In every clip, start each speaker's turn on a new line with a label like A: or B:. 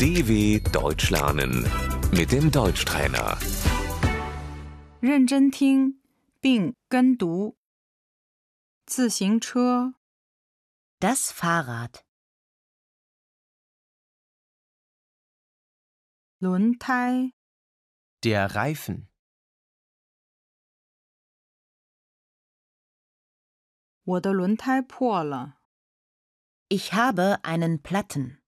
A: DW Deutsch lernen mit dem Deutschtrainer.
B: 《认真听并跟读》。自行车、
C: Das Fahrrad,
B: 轮胎、
D: Der Reifen,
B: 我的轮胎破了。
C: ich habe einen Platten,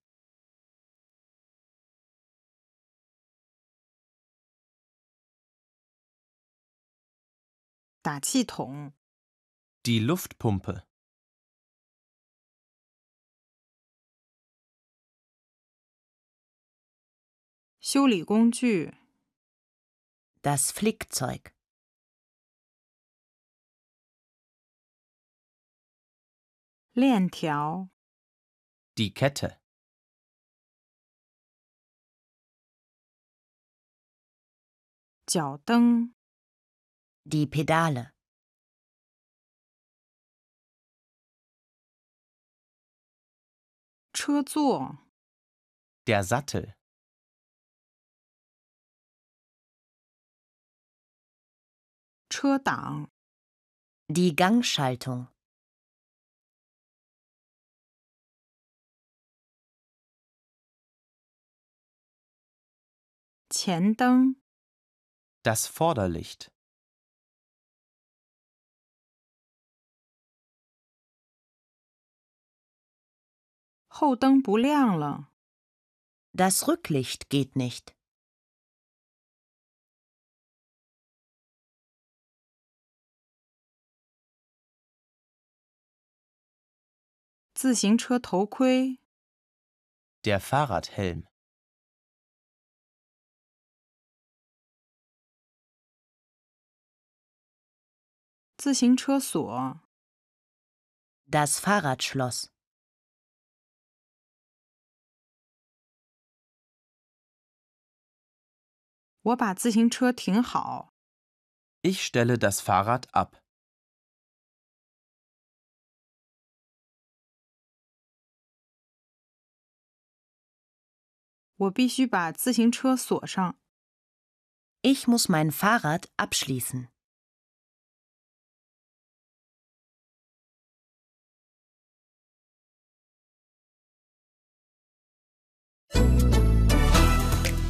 B: 打气筒、
D: die Luftpumpe,
B: 修理工具、
C: das Flickzeug,
B: 链条、
D: die Kette,
B: 脚蹬、
C: die Pedale,
B: 车座、
D: der Sattel,
B: 车挡、
C: die Gangschaltung,
B: 前灯、
D: das Vorderlicht,
B: 后灯不亮了。
C: das Rücklicht geht nicht,
B: 自行车头盔、
D: der Fahrradhelm,
B: 自行车锁、
C: das Fahrradschloss,
B: 我把自行车停好。
D: ich stelle das Fahrrad ab.
B: 我必须把自行车锁上。
C: ich muss mein Fahrrad abschließen.